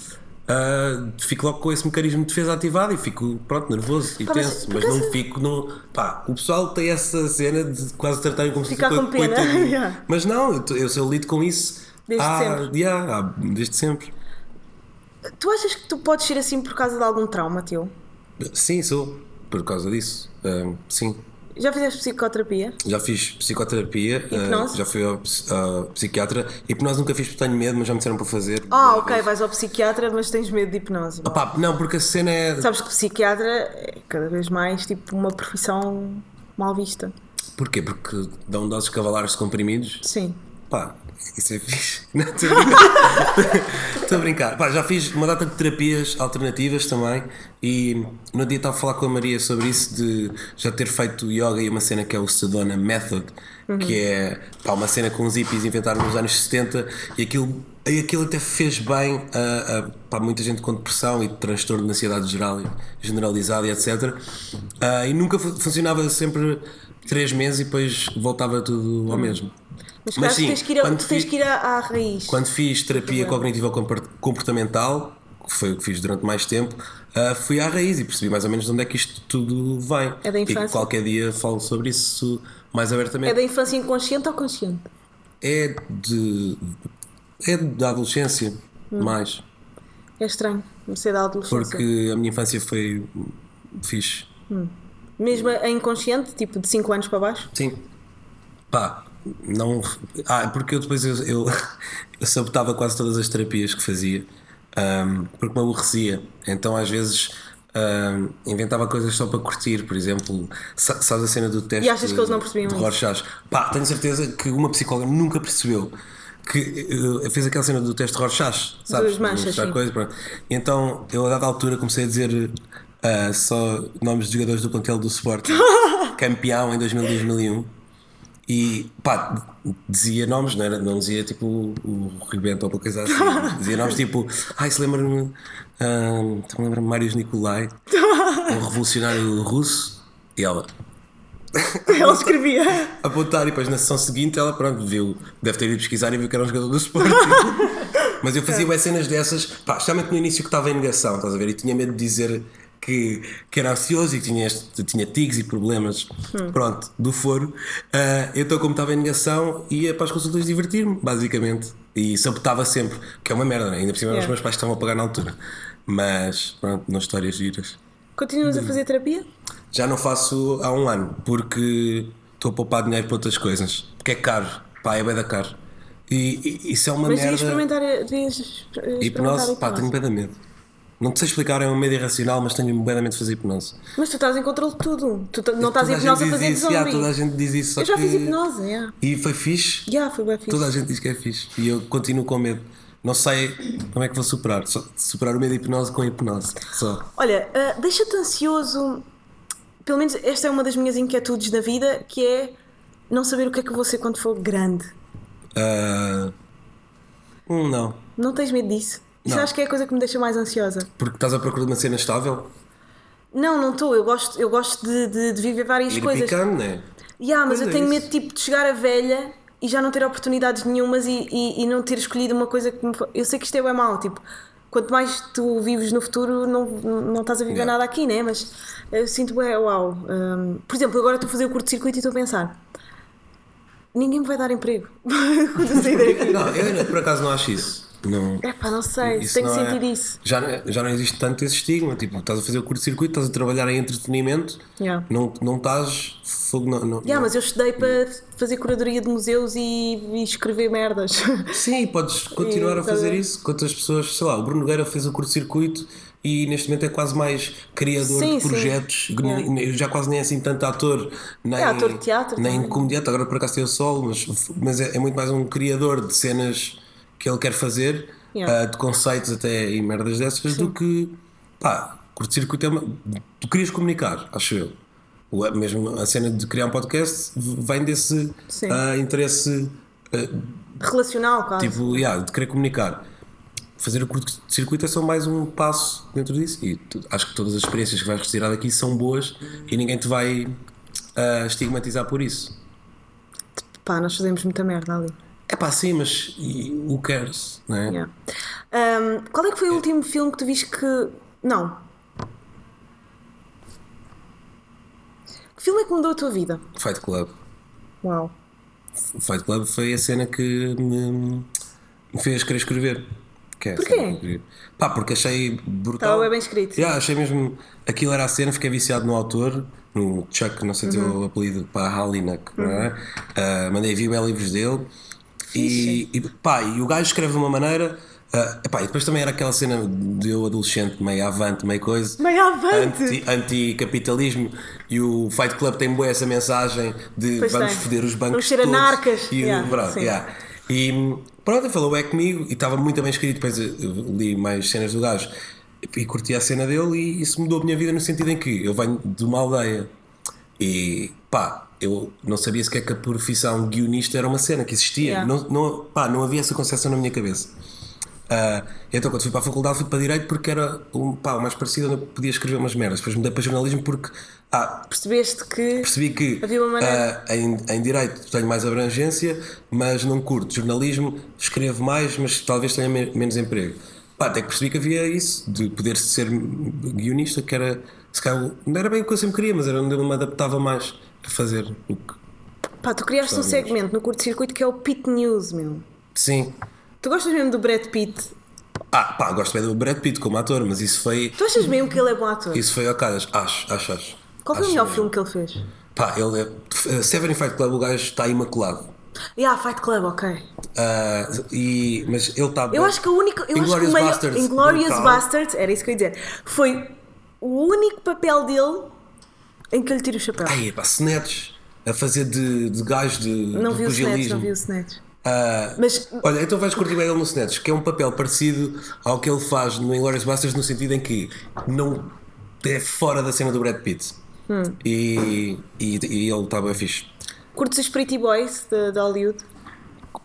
A: ah, fico logo com esse mecanismo de defesa ativado e fico, pronto, nervoso e
B: Pá, mas
A: tenso,
B: por
A: mas,
B: acaso-
A: não fico. Não, pá, o pessoal tem essa cena de quase tratarem como
B: Ficar
A: se
B: com pena,
A: coitadinho.
B: yeah.
A: Mas não, eu, tô- eu, eu lido com isso
B: Desde
A: há-
B: sempre.
A: yeah, há- desde sempre.
B: Tu achas que tu podes ser assim por causa de algum trauma teu?
A: Sim, sou, por causa disso. Ah, sim.
B: Já fizeste psicoterapia?
A: Já fiz psicoterapia,
B: Hipnose?
A: eh, já fui ao ps- ao psiquiatra. Hipnose nunca fiz porque tenho medo, mas já me disseram para fazer.
B: Ah, ok, vais ao psiquiatra, mas tens medo de hipnose.
A: Opá, não, porque a cena é.
B: Sabes que psiquiatra é cada vez mais tipo uma profissão mal vista.
A: Porquê? Porque dão doses cavalares de comprimidos.
B: Sim.
A: Pá, isso é fixe. Não, estou a brincar. Estou a brincar. Pá, já fiz uma data de terapias alternativas também. E no dia estava a falar com a Maria sobre isso, de já ter feito yoga e uma cena que é o Sedona Method,
B: Uhum.
A: que é pá, uma cena que uns hippies inventaram nos anos 70 e aquilo. E aquilo até fez bem a, a- pá, muita gente com depressão e transtorno de ansiedade geral, generalizada e etc. Ah, e nunca fu- funcionava sempre três meses e depois voltava tudo ao mesmo.
B: Uhum. Mas, claro que tens que ir, a,
A: quando
B: tu tens
A: fi-
B: que ir à, à raiz.
A: quando fiz terapia cognitiva compor- comportamental, que foi o que fiz durante mais tempo, ah, fui à raiz e percebi mais ou menos de onde é que isto tudo vem.
B: É da infância.
A: E qualquer dia falo sobre isso mais
B: É
A: abertamente.
B: da infância inconsciente ou consciente?
A: É, de. É da adolescência,
B: Hum.
A: mais.
B: É estranho, não sei da adolescência.
A: Porque a minha infância foi fixe.
B: Mesmo a inconsciente, tipo de 5 anos para baixo?
A: Sim. Pá, não. Ah, porque eu depois eu, eu, eu sabotava quase todas as terapias que fazia, ahm, porque me aborrecia. Então às vezes ahm, inventava coisas só para curtir, por exemplo, sa- sabes a cena do teste
B: E achas que eles não percebiam
A: de
B: isso?
A: Rorschach? Pá, tenho certeza que uma psicóloga nunca percebeu. Que eh, fez aquela cena do teste de Rorschach, sabes?
B: Das manchas,
A: Da
B: sim.
A: coisa, pronto. E então, eu a dada altura comecei a dizer ah, só nomes de jogadores do plantel do Sport, campeão em 2000, 2001. E pá, dizia nomes, não, era, não dizia tipo o Rebento ou qualquer coisa assim. Dizia nomes tipo, ai, se lembra-me, ah, se lembra-me Marius Nicolai, um revolucionário russo. E ela,
B: Ela escrevia.
A: apontar e depois na sessão seguinte ela pronto viu, deve ter ido pesquisar e viu que era um jogador do Sporting. Mas eu fazia bué cenas dessas, pá, especialmente no início que estava em negação, estás a ver? E tinha medo de dizer que, que era ansioso e que tinha, este- tinha tics e problemas, pronto, do foro. Ah, então, como estava em negação, ia para as consultas divertir-me, basicamente. E sabotava sempre, que é uma merda, né? ainda por cima
B: Yeah.
A: os meus pais estavam a pagar na altura. Mas, pronto, não histórias giras.
B: Continuas a
A: Hum.
B: fazer terapia?
A: Já não faço há um ano, porque estou a poupar dinheiro para outras coisas. Porque é caro, pá, é bem da caro. E, e isso é uma
B: Mas devias
A: merda.
B: experimentar. Devias experimentar
A: Hipnose, pá,
B: hipnose.
A: tenho bem da medo. Não te sei explicar, é um medo irracional, mas tenho bem da medo de fazer hipnose.
B: Mas tu estás em controle de tudo. Tu ta- não estás em
A: Toda
B: hipnose a
A: gente
B: fazer
A: diz isso, já, toda a
B: zombie.
A: gente diz isso. Só
B: Eu já
A: que...
B: fiz hipnose, já. Yeah.
A: E foi fixe.
B: Já, foi bem fixe.
A: Toda a gente diz que é fixe. E eu continuo com medo. Não sei como é que vou superar. Só superar o medo de hipnose com a hipnose. Só.
B: Olha, ah, deixa-te ansioso. Pelo menos esta é uma das minhas inquietudes na vida, que é não saber o que é que eu vou ser quando for grande.
A: Ah, hum, não.
B: Não tens medo disso? Isso
A: Não.
B: acho que é a coisa que me deixa mais ansiosa.
A: Porque estás à procura de uma cena estável?
B: Não, não estou. Eu gosto, eu gosto de, de, de viver várias
A: Ir
B: coisas.
A: picando, né?
B: Yeah,
A: Pois
B: mas eu
A: é
B: tenho
A: isso.
B: medo tipo, de chegar a velha e já não ter oportunidades nenhumas e, e, e não ter escolhido uma coisa que me... fa- Eu sei que isto é bué mau, tipo, quanto mais tu vives no futuro, não, não, não estás a viver
A: Yeah.
B: nada aqui, né? Mas eu sinto é uau. hum, por exemplo, agora estou a fazer o curto-circuito e estou a pensar. Ninguém me vai dar emprego. Quando eu sair daqui.
A: Não, eu não- por acaso não acho isso. Não.
B: Epá, não sei,
A: Isso
B: tenho
A: não é-
B: sentido isso.
A: Já, não- já não existe tanto esse estigma. Tipo, estás a fazer o curto-circuito, estás a trabalhar em entretenimento,
B: Yeah.
A: não, não estás fogo. Não, não-
B: Yeah, mas eu estudei para fazer curadoria de museus e, e escrever merdas.
A: Sim, podes continuar
B: E, então é.
A: a fazer
B: sabe?
A: isso. Quantas pessoas, sei lá, o Bruno Nogueira fez o curto-circuito e neste momento é quase mais criador
B: Sim,
A: de
B: sim.
A: projetos, Nem- já quase nem é assim tanto ator, nem,
B: É, ator de teatro
A: nem
B: também.
A: comediante, agora por acaso tem o solo, mas, mas é, é muito mais um criador de cenas que ele quer fazer,
B: Yeah.
A: ah, de conceitos até e merdas dessas, do que pá, curto-circuito é uma. Tu querias comunicar, acho eu. O- Mesmo a cena de criar um podcast vem desse
B: Sim.
A: ah, interesse
B: Relacional, quase.
A: Tipo, yeah, de querer comunicar. Fazer o curto-circuito é só mais um passo dentro disso. E tu- acho que todas as experiências que vais retirar daqui são boas e ninguém te vai ah, estigmatizar por isso.
B: Pá, nós fazemos muita merda ali.
A: É pá, sim, mas e, who cares? Não é?
B: Yeah. Um, qual é que foi o último filme que tu viste que. Não. Que filme é que mudou a tua vida?
A: Fight Club.
B: Uau.
A: Fight Club foi a cena que me, me fez querer escrever. Que é a
B: Porquê?
A: cena que eu queria. Pá, porque achei brutal.
B: Estava bem escrito.
A: Yeah, achei mesmo. Aquilo era a cena, fiquei viciado no autor, no Chuck, não sei dizer
B: Uhum.
A: o apelido para Halinak, não é? Ah, mandei vir bem livros dele. E, e, pá, e o gajo escreve de uma maneira. ah, epá, e depois também era aquela cena de eu adolescente, meio avante, meio coisa.
B: Meio avante!
A: Anti- Anticapitalismo. e o Fight Club tem boa essa mensagem de
B: Pois
A: vamos
B: tem.
A: foder os bancos.
B: Vamos ser
A: todos.
B: anarcas.
A: E, o-
B: Yeah,
A: pronto,
B: sim.
A: yeah. E, pronto, ele falou é comigo e estava muito bem escrito. Depois eu li mais cenas do gajo e curti a cena dele. E isso mudou a minha vida no sentido em que eu venho de uma aldeia e pá, eu não sabia sequer que a profissão guionista era uma cena que existia.
B: Yeah.
A: Não, não, pá, não havia essa concepção na minha cabeça. Ah, então, quando fui para a faculdade, fui para Direito porque era um, pá, o mais parecido onde eu podia escrever umas merdas. Depois mudei para Jornalismo porque ah,
B: Percebeste que.
A: percebi que
B: Havia uma maneira.
A: ah, em, em direito tenho mais abrangência, mas não curto. Jornalismo, escrevo mais, mas talvez tenha me- menos emprego. Pá, até que percebi que havia isso, de poder ser guionista, que era, se calhar, não era bem o que eu sempre queria, mas era onde eu me adaptava mais a fazer o que.
B: Pá, tu criaste um segmento no curto-circuito que é o Pit News, meu.
A: Sim.
B: Tu gostas mesmo do Brad Pitt?
A: Ah, pá, gosto bem do Brad Pitt como ator, mas isso foi.
B: Tu achas mesmo que ele é bom ator?
A: Isso foi ao calhas. Acho, acho, acho.
B: Qual foi o
A: Acho
B: melhor
A: mesmo.
B: filme que ele fez?
A: Pá, ele é. Severin Fight Club, o gajo está imaculado.
B: Yeah, Fight Club, ok.
A: Ah, e, mas ele está
B: Eu acho que o único. Eu acho que
A: Inglourious
B: o maior,
A: Basterds,
B: Inglourious
A: brutal.
B: Basterds, era isso que eu ia dizer. Foi o único papel dele em que eu lhe tiro o chapéu.
A: Ai, pá, Snatch a fazer de, de gajo de.
B: não
A: de
B: vi o Snatch,
A: pugilismo.
B: não vi o Snatch. Mas
A: Olha, então vais curtir bem ele no Snatch, que é um papel parecido ao que ele faz no Inglourious Basterds, no sentido em que não é fora da cena do Brad Pitt.
B: Hum.
A: E, e, e ele está bem fixe.
B: curtes os Pretty Boys de, de Hollywood?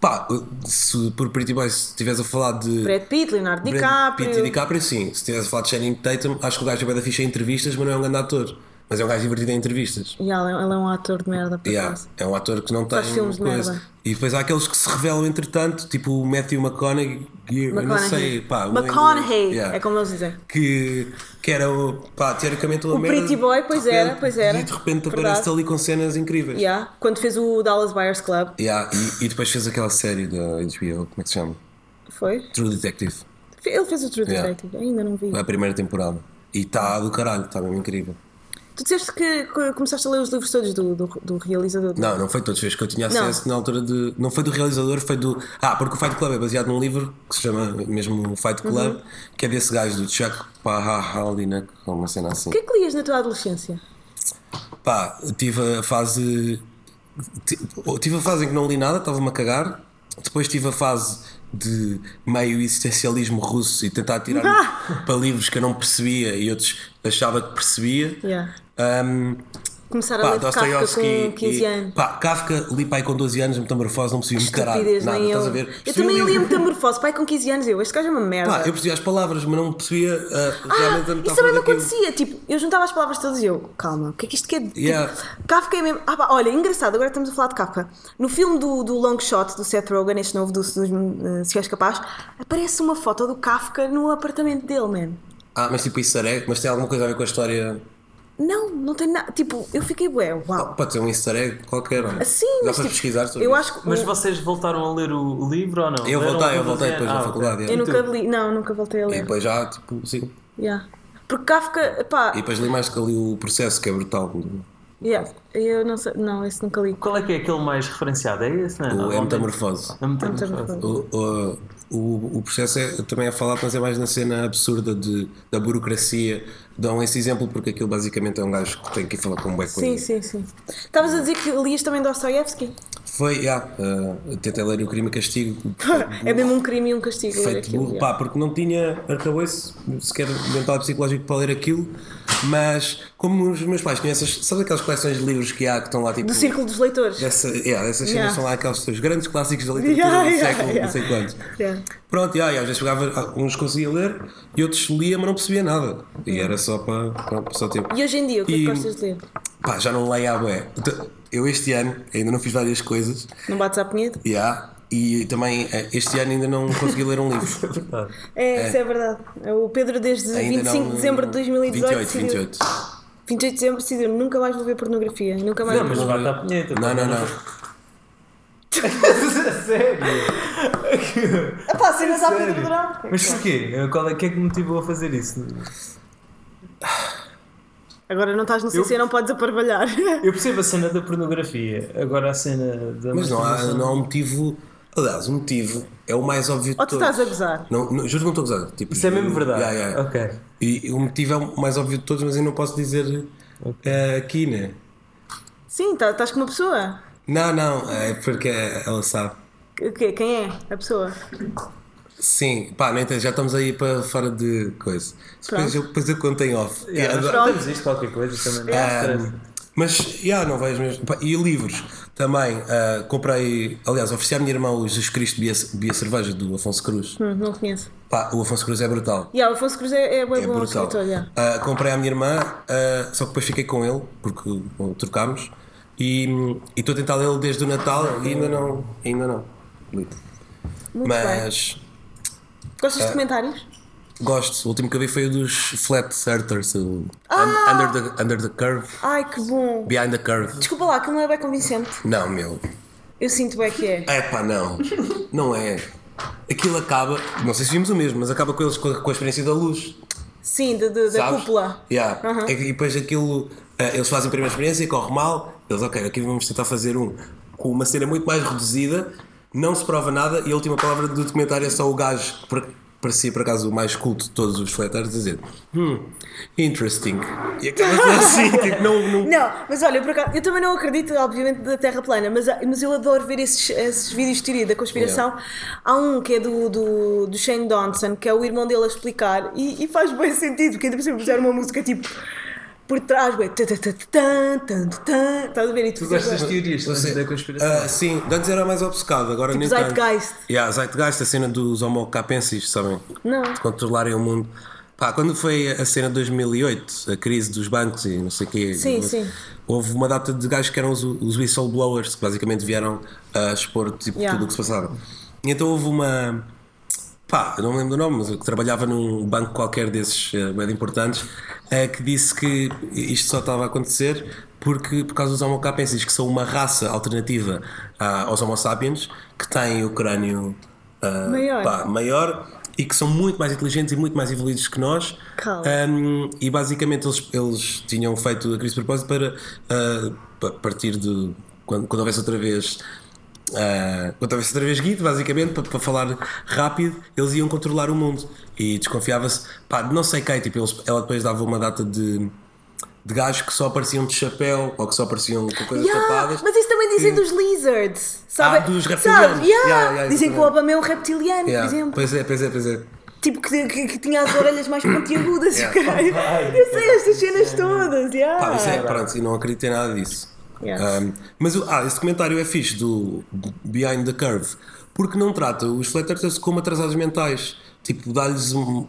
A: Pá, se por Pretty Boy se estivesse a falar de.
B: Brad Pitt, Leonardo
A: Brad
B: DiCaprio.
A: Pitt e DiCaprio, sim. Se estivesse a falar de Channing Tatum, acho que o gajo é bem da ficha em entrevistas, mas não é um grande ator. Mas é um gajo divertido em entrevistas.
B: Yeah, ele, ele é um ator de merda, por
A: Yeah,
B: acaso.
A: é um ator que não tem
B: Faz filmes de merda.
A: E depois há aqueles que se revelam entretanto, tipo o Matthew McConaughey, eu não sei, pá, um
B: McConaughey,
A: inglês- yeah,
B: é como eles dizem.
A: que, que era, o- pá, teoricamente uma
B: O
A: merda,
B: Pretty Boy, pois
A: de repente-
B: era, pois era.
A: E de repente
B: Verdade.
A: aparece ali com cenas incríveis.
B: Yeah, Quando fez o Dallas Buyers Club,
A: Yeah, e, e depois fez aquela série da HBO, como é que se chama?
B: foi?
A: True Detective,
B: Fe- Ele fez o True
A: Yeah.
B: Detective, ainda não vi.
A: a primeira temporada. E está do caralho, está mesmo incrível.
B: Tu disseste que que começaste a ler os livros todos do, do, do realizador.
A: Não, não foi todos os que eu tinha
B: Não.
A: acesso na altura de. Não foi do realizador, foi do. Ah, porque o Fight Club é baseado num livro que se chama mesmo Fight Club, que é desse gajo do Chuck Palahniuk, ou uma cena assim.
B: O que é que lias na tua adolescência?
A: Pá, tive a fase. ti- Tive a fase em que não li nada, estava-me a cagar. Depois tive a fase de meio existencialismo russo e tentar tirar para livros que eu não percebia e outros achava que percebia.
B: Yeah.
A: Um,
B: começar a
A: Pá,
B: ler Kafka
A: Dostoiévski
B: com
A: e-
B: 15 anos.
A: Pá, Kafka li pai com 12 anos, metamorfose, não percebi um caralho.
B: Estupidez,
A: Nada,
B: nem eu.
A: estás a ver?
B: Eu
A: Percebi o
B: também li um a
A: livro.
B: metamorfose, pai, com 15 anos, eu. Este gajo é uma merda.
A: Pá, eu percebi as palavras, mas não percebia ah,
B: Ah,
A: realmente a metáfora
B: isso também me
A: daquilo.
B: acontecia. Tipo, eu juntava as palavras todas e eu, calma, o que é que isto quer dizer?
A: Yeah.
B: Tipo, Kafka é mesmo. Ah, pá, olha, engraçado, agora estamos a falar de Kafka. No filme do, do Long Shot, do Seth Rogen, este novo do, dos, eh, Se És Capaz, aparece uma foto do Kafka no apartamento dele, man.
A: Ah, mas tipo, isso easter egg, mas tem alguma coisa a ver com a história?
B: Não, não tem nada. Tipo, eu fiquei, ué, uau.
A: Pode ser um easter egg qualquer. não é?
B: Assim,
A: Dá
B: mas
A: para
B: tipo,
A: pesquisar sobre
B: Eu
A: isso.
B: acho que.
C: Mas
B: o-
C: vocês voltaram a ler o o livro ou não?
A: Eu
C: Leram
A: voltei, eu
C: todas
A: voltei
C: as-
A: depois
C: Ah,
A: na
C: ok.
A: faculdade. é.
B: eu nunca
C: tu?
B: li. Não, nunca voltei a
A: E
B: ler.
A: depois já, tipo, sigo.
B: Yeah. Porque Kafka, pá,
A: E depois li mais que ali o processo, que é brutal.
B: yeah, eu não sei. Não, esse nunca li.
C: Qual é que é aquele mais referenciado? É esse, não é?
A: O
C: Não,
A: é
C: não tem-
A: metamorfose.
C: A
B: Metamorfose.
C: metamorfose.
A: O, o, o- o processo é, também é falado, mas é mais na cena absurda de, da burocracia. Dão esse exemplo porque aquilo basicamente é um gajo que tem que ir falar com um bué com
B: Sim, sim, sim. Estavas a dizer que lias também Dostoiévski?
A: Foi, já. eh, tentei ler o Crime e Castigo.
B: É mesmo um crime e um castigo. ler
A: feito
B: aquilo,
A: burro,
B: já.
A: pá, porque não tinha arcabouço sequer mental e psicológico para ler aquilo, mas como os meus pais tinham essas, sabes aquelas coleções de livros que há que estão lá tipo.
B: Do círculo dos leitores.
A: Dessa, yeah, dessas cenas
B: Yeah.
A: estão lá aqueles teus grandes clássicos da literatura
B: Yeah,
A: do
B: yeah,
A: século,
B: yeah.
A: não sei quantos.
B: Yeah.
A: Pronto, yeah, e às vezes pegava, ah, uns conseguia ler e outros lia, mas não percebia nada. E era só para. pronto, só tempo.
B: E hoje em dia, o que é
A: E-
B: que gostas de ler?
A: Pá, já não leio a bué. Então, Eu este ano ainda não fiz várias coisas,
B: Não bates à punheta?
A: yeah, e também eh, este ano ainda não consegui ler um livro.
B: É, isso é verdade. O Pedro, desde
A: Ainda
B: 25
A: não-
B: de dezembro de 2018,
A: 28,
B: decidiu-
A: 28.
B: 28 de dezembro, decidiu nunca mais vou ver pornografia. Nunca mais
C: Não,
B: vou
C: mas bate à punheta. tá
A: Não, não, não.
C: Sério?
B: Ah, pá, cenas à Pedro
C: Sério?
B: Durão.
C: Mas porquê? Qual é, que é que me motivou a fazer isso?
B: Agora não estás no CC, não podes aparvalhar.
C: Eu percebo a cena da pornografia, agora a cena da.
A: Mas não há,
C: masturbação-
A: não há um motivo. Aliás, o motivo é o mais óbvio de
B: Ou tu
A: todos.
B: estás a gozar?
A: Não, não, juro que não estou a gozar. Tipo,
C: Isso é mesmo verdade.
A: Yeah, yeah.
C: Ok.
A: E o motivo é o mais óbvio de todos, mas eu não posso dizer eh, aqui, né?
B: Sim, tá- estás com uma pessoa.
A: Não, não, é porque ela sabe.
B: O quê? Quem é a pessoa?
A: Sim, pá, não entendo, já estamos aí para fora de coisa. Depois
B: Pronto.
A: eu, depois eu conto em off.
C: Yeah,
A: Eu
C: nós
A: adoro-
C: temos isto, qualquer coisa também. Não há stress.
A: Ah, mas, já, não vais mesmo. Pá, E livros também. ah, comprei, aliás, ofereci à minha irmã o Jesus Cristo Bia, Bia Cerveja do Afonso Cruz.
B: Hum, não conheço.
A: Pá, o Afonso Cruz é brutal.
B: E yeah, o Afonso Cruz é, é, bué
A: É
B: bom
A: brutal.
B: escritor. Yeah.
A: Ah, comprei à minha irmã, ah, só que depois fiquei com ele, porque bom, trocámos. E hum, e estou a tentar lê-lo desde o Natal e ainda não. Ainda não. li.
B: Muito bem.
A: Mas
B: Gostas
A: É.
B: de comentários?
A: gosto. O último que eu vi foi o dos Flat Earthers, o Un- under, the, under the Curve,
B: Ai, que bom.
A: Behind the Curve.
B: Desculpa lá, que não é bem convincente.
A: Não, meu.
B: Eu sinto bem que é.
A: É pá, não. Não é. Aquilo acaba, não sei se vimos o mesmo, mas acaba com eles com a- com a experiência da luz.
B: Sim, de, de- da
A: Sabes?
B: cúpula.
A: Yeah.
B: Aham.
A: E, e depois aquilo, eh, eles fazem a primeira experiência, corre mal, eles, ok, aqui vamos tentar fazer um com uma cena muito mais reduzida, não se prova nada e a última palavra do documentário é só o gajo, que por- parecia por acaso o mais culto de todos os fletários, dizer hum, interesting. E acaba assim, tipo, não. não-
B: Não, mas olha, por acaso, eu também não acredito, obviamente, da Terra plana, mas, mas eu adoro ver esses, esses vídeos de teoria da conspiração. Há um que é do, do, do Shane Dawson, que é o irmão dele a explicar, e, e faz bem sentido, porque ainda por cima puseram uma música tipo por trás, bem. tã, tã, tã, tã, tã, tã, Estás a ver? E tu
C: Tu gostas das
B: ficas,
C: teorias
A: Você-
C: da conspiração?
A: Ah, sim, antes era mais obcecado, agora
B: Tipo
A: nem tanto.
B: Zeitgeist.
A: Yeah, Zeitgeist, a cena dos homo capensis, sabem?
B: Não.
A: De controlarem o mundo. Pá, quando foi a cena de 2008, a crise dos bancos e não sei o quê.
B: Sim,
A: houve,
B: sim.
A: Houve uma data de gajos que eram os, os whistleblowers, que basicamente vieram a expor tipo,
B: Yeah.
A: tudo o que se passava. E então houve uma. Pá, eu não me lembro do nome, mas eu que trabalhava num banco qualquer desses eh, bem importantes, eh, que disse que isto só estava a acontecer porque, por causa dos Homo capensis, que são uma raça alternativa ah, aos Homo sapiens, que têm o crânio ah,
B: Maior.
A: pá, maior e que são muito mais inteligentes e muito mais evoluídos que nós.
B: Cala.
A: Um, e basicamente eles, eles tinham feito a crise de propósito para uh, pa- partir de quando, quando houvesse outra vez. uh, quando houvesse outra vez Guido, basicamente, para, para falar rápido, eles iam controlar o mundo e desconfiava-se, pá, de não sei quem, tipo, eles- ela depois dava uma data de, de gajos que só apareciam de chapéu ou que só apareciam com coisas
B: Yeah,
A: tapadas.
B: mas é- isso também dizem
A: E-
B: dos lizards, sabe?
A: dos
B: Sabe?
A: reptilianos.
B: Yeah.
A: Yeah, yeah,
B: dizem que o
A: exatamente.
B: Obama é um reptiliano,
A: Yeah,
B: por exemplo.
A: Pois é, pois é, pois é.
B: Tipo, que, que, que tinha as orelhas mais pontiagudas,
A: Yeah.
B: ok? Eu sei estas cenas todas, yeah.
A: Pá, isso é, pronto, e não acredito em nada disso.
B: Yes.
A: Um, mas o- ah, esse comentário é fixe do Behind the Curve, porque não trata os flat earthers como atrasados mentais. Tipo, dá-lhes um.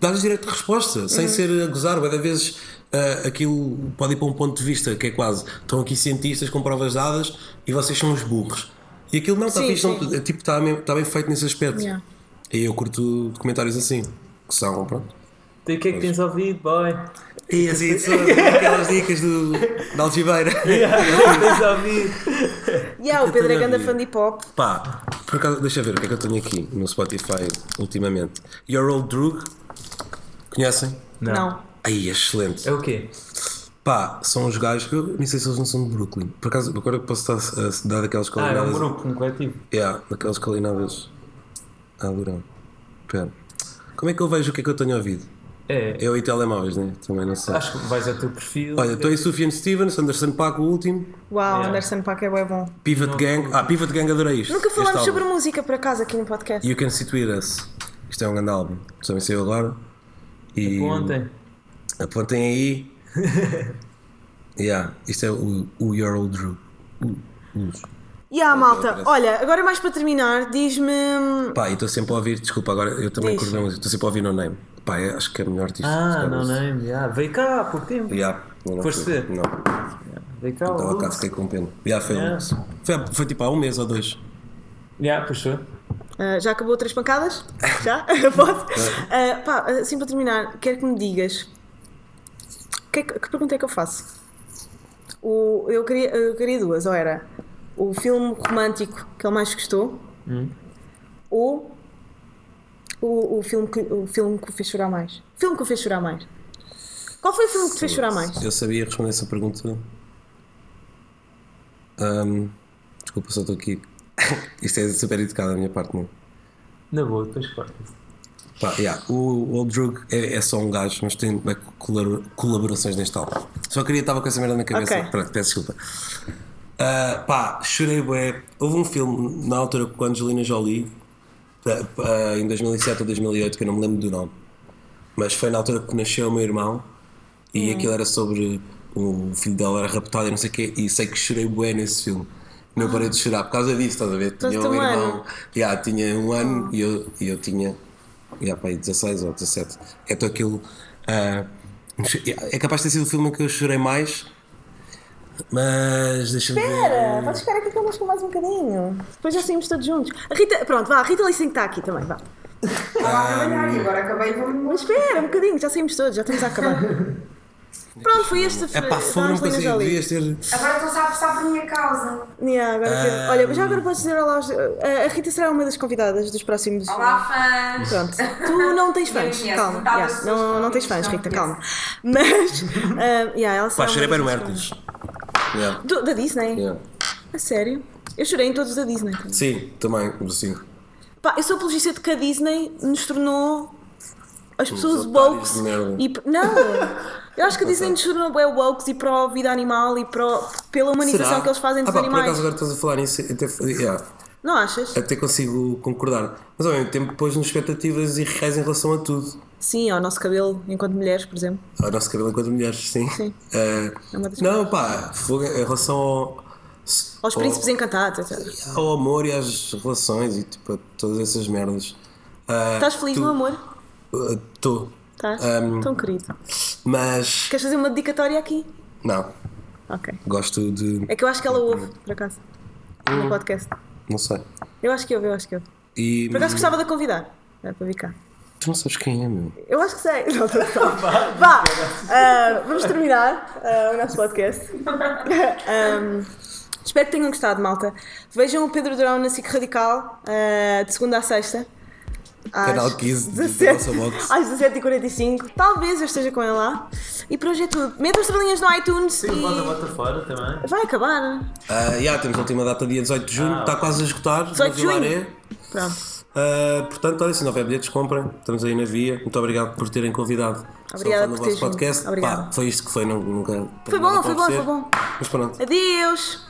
A: Dá-lhes direito de resposta,
B: Uhum.
A: sem ser a gozar. Várias vezes ah, aquilo pode ir para um ponto de vista que é quase: estão aqui cientistas com provas dadas e vocês são os burros. E aquilo não está
B: Sim,
A: fixe, não-
B: sim.
A: é, tipo, está, mesmo- está bem feito nesse aspecto.
B: Yeah.
A: E eu curto documentários assim, que são, pronto. Ah,
C: Então, o que é que tens ouvido, boy? O
A: E assim, são aquelas dicas do, da Algibeira.
C: que é que tens ouvido?
B: Yeah,
A: que
B: o
A: eu
B: Pedro é
A: tenho a
B: grande
A: ver?
B: fã de hip hop.
A: Pá, por acaso, deixa eu ver o que é que eu tenho aqui no Spotify ultimamente. Your Old Drug, conhecem?
B: Não.
A: Aí, excelente.
C: É o quê?
A: Pá, são os gajos que eu nem sei se eles não são de Brooklyn. Por acaso, agora posso estar a se dar daquelas
C: Ah, é um
A: calinadas.
C: grupo, um coletivo.
A: Yeah, daquelas calinadas. Ah, Durão. Espera. Como é que eu vejo o que é que eu tenho ouvido?
C: É.
A: Eu e telemóveis, né? Também não sei.
C: Acho que vais ao teu perfil.
A: Olha, estou em Sufjan Stevens, Anderson Paco, o último.
B: Uau, Anderson Paak é bué bom.
A: Pivot Gang. Ah, Pivot Gang, adorei isto.
B: Nunca
A: Este
B: falámos
A: álbum.
B: sobre música por acaso aqui no podcast.
A: You Can See Tweet Us. Isto é um grande álbum. Também saiu agora. E
C: Ontem.
A: apontem aí. yeah, isto é o, o Your Old Drew. O- os.
B: Yeah, malta. Olha, agora mais para terminar, diz-me. hum,
A: Pá, e estou sempre a ouvir, desculpa, agora eu também
B: Diz.
A: curto a música, estou sempre a ouvir No Name. Pá, é- acho que é o melhor artista.
C: Ah,
A: Cara,
C: não, não. Yeah. Veio cá há pouco tempo.
A: Yeah, Então, não, não
C: Foste
A: fui.
C: ver?
A: Não,
C: Veio cá.
A: estava
C: o
A: cá,
C: Lux.
A: fiquei com pena. Yeah, foi, um
C: Yeah.
A: foi, há- foi tipo há um mês ou dois.
C: Yeah, puxou.
B: ah, já acabou três pancadas? Já? Pode? Ah, pá, assim para terminar, quero que me digas. Que, é que- que pergunta é que eu faço? O, eu, queria, eu queria duas, ou era o filme romântico que ele mais gostou ou o, o, filme que, o filme que o fez chorar mais. Filme que o fez chorar mais. Qual foi o filme que te fez chorar mais?
A: Eu sabia responder essa pergunta. Ahm, desculpa, só estou aqui. Isto é super educado da minha parte, não?
C: Na boa, depois corta-se.
A: Pá, yeah, o Old Drug é, é só um gajo, mas tem bué colabora- colaborações neste álbum. Só queria estava com essa merda na cabeça.
B: Ok.
A: Pronto, peço desculpa. Ah, pá, chorei bué. Houve um filme na altura com a Angelina Jolie, ah, ah, em 2007 ou 2008, que eu não me lembro do nome, mas foi na altura que nasceu o meu irmão
B: Hum.
A: e aquilo era sobre o filho dela era raptado e não sei o quê, e sei que chorei bué nesse filme. Não parei de chorar por causa disso, estás a ver? Tinha
B: teu
A: um
B: Ah. ano. Ah.
A: irmão, já tinha um ano e eu, e eu tinha já, pá, aí 16 ou 17. Então aquilo. ah, yeah, é capaz de ter sido o filme em que eu chorei mais, mas deixa-me ver.
B: Espera, pode esperar que acabamos com mais um bocadinho. Depois já saímos todos juntos. A Rita, pronto, vá, a Rita Licen está aqui também, vá.
D: Agora acabei de
B: Mas espera, um bocadinho, já saímos todos, já estamos a acabar. Pronto, foi este.
A: É pá, fogo, não
B: Angelina
A: consigo.
B: Jolie.
A: Devias ter.
D: Agora estou-se a apressar por minha causa.
B: Yeah, agora
A: Ah,
B: que- Olha, mas já agora podes dizer olá. aos- A a Rita será uma das convidadas dos próximos.
D: Olá, fãs!
B: Pronto, tu não tens fãs,
D: conheço,
B: calma.
D: metade
B: yeah,
D: das pessoas
B: não,
D: que
B: não
D: não
B: tens fãs,
D: conheço,
B: Rita,
D: não
B: calma. Mas, ah, yeah, ela será.
A: Pá,
B: uma
A: chorei bem
B: das
A: no
B: minhas
A: Hércules. Yeah,
B: fãs. Do- Da Disney?
A: yeah.
B: A sério? Eu chorei em todos da Disney.
A: Sim, também, sim.
B: Pá, eu sou apologista de que a Disney nos tornou as pessoas
A: otários
B: woke.
A: de merda.
B: E, não! Eu acho que a Disney nos tornou bem woke e para a vida animal e para, pela humanização
A: Será?
B: que eles fazem dos
A: ah, pá,
B: animais.
A: Por acaso agora estás a falar nisso, até, yeah,
B: Não achas?
A: até consigo concordar. Mas ao mesmo tempo pôs-nos expectativas irreais em relação a tudo.
B: Sim, ao nosso cabelo enquanto mulheres, por exemplo.
A: Ao nosso cabelo enquanto mulheres, sim. Ah,
B: É uma das
A: não, Oh. pá, fogo em relação ao,
B: Aos
A: ao-
B: príncipes encantados, etc.
A: ao amor e às relações e tipo, a todas essas merdas. Eh,
B: Estás feliz
A: Ah, tu-
B: no amor?
A: Estou.
B: Estás? Tão querido.
A: mas.
B: Queres fazer uma dedicatória aqui?
A: Não,
B: Ok.
A: gosto de.
B: É que eu acho que ela
A: Uhum.
B: ouve, por acaso. No podcast.
A: Não sei.
B: Eu acho que ouve, eu acho que ouve.
A: E.
B: Por acaso
A: Uhum.
B: gostava de a convidar. É, para vir cá.
A: Tu não sabes quem é, meu.
B: Eu acho que sei. Não, tô a gozar. Vá, ah, vamos terminar ah, o nosso podcast. Ahm, espero que tenham gostado, malta. Vejam o Pedro Durão na SIC Radical, ah, de segunda a sexta. às
A: Canal 15 de
B: 17
A: Nossa Box.
B: às 17h45. Talvez eu esteja com ele lá. E por hoje é tudo. Metam estrelinhas no iTunes
C: Sim,
B: e...
C: bota, bota fora também.
B: Vai acabar, né?
A: Ah, yeah, temos a última data dia 18 de junho,
C: Ah,
A: está quase a esgotar.
B: 18 de
A: vou
B: junho.
A: dilar, é.
B: Pronto.
A: Ah, portanto, olha, se não houver bilhetes, comprem. Estamos aí na via. Muito obrigado por terem convidado. Estou
B: Obrigada
A: a falar no
B: por
A: vosso
B: teres vindo.
A: podcast. Pá,
B: Obrigada.
A: foi isto que foi, não- nunca.
B: Foi bom,
A: nada
B: foi
A: para
B: bom,
A: oferecer.
B: foi bom.
A: Mas pronto.
B: Adeus!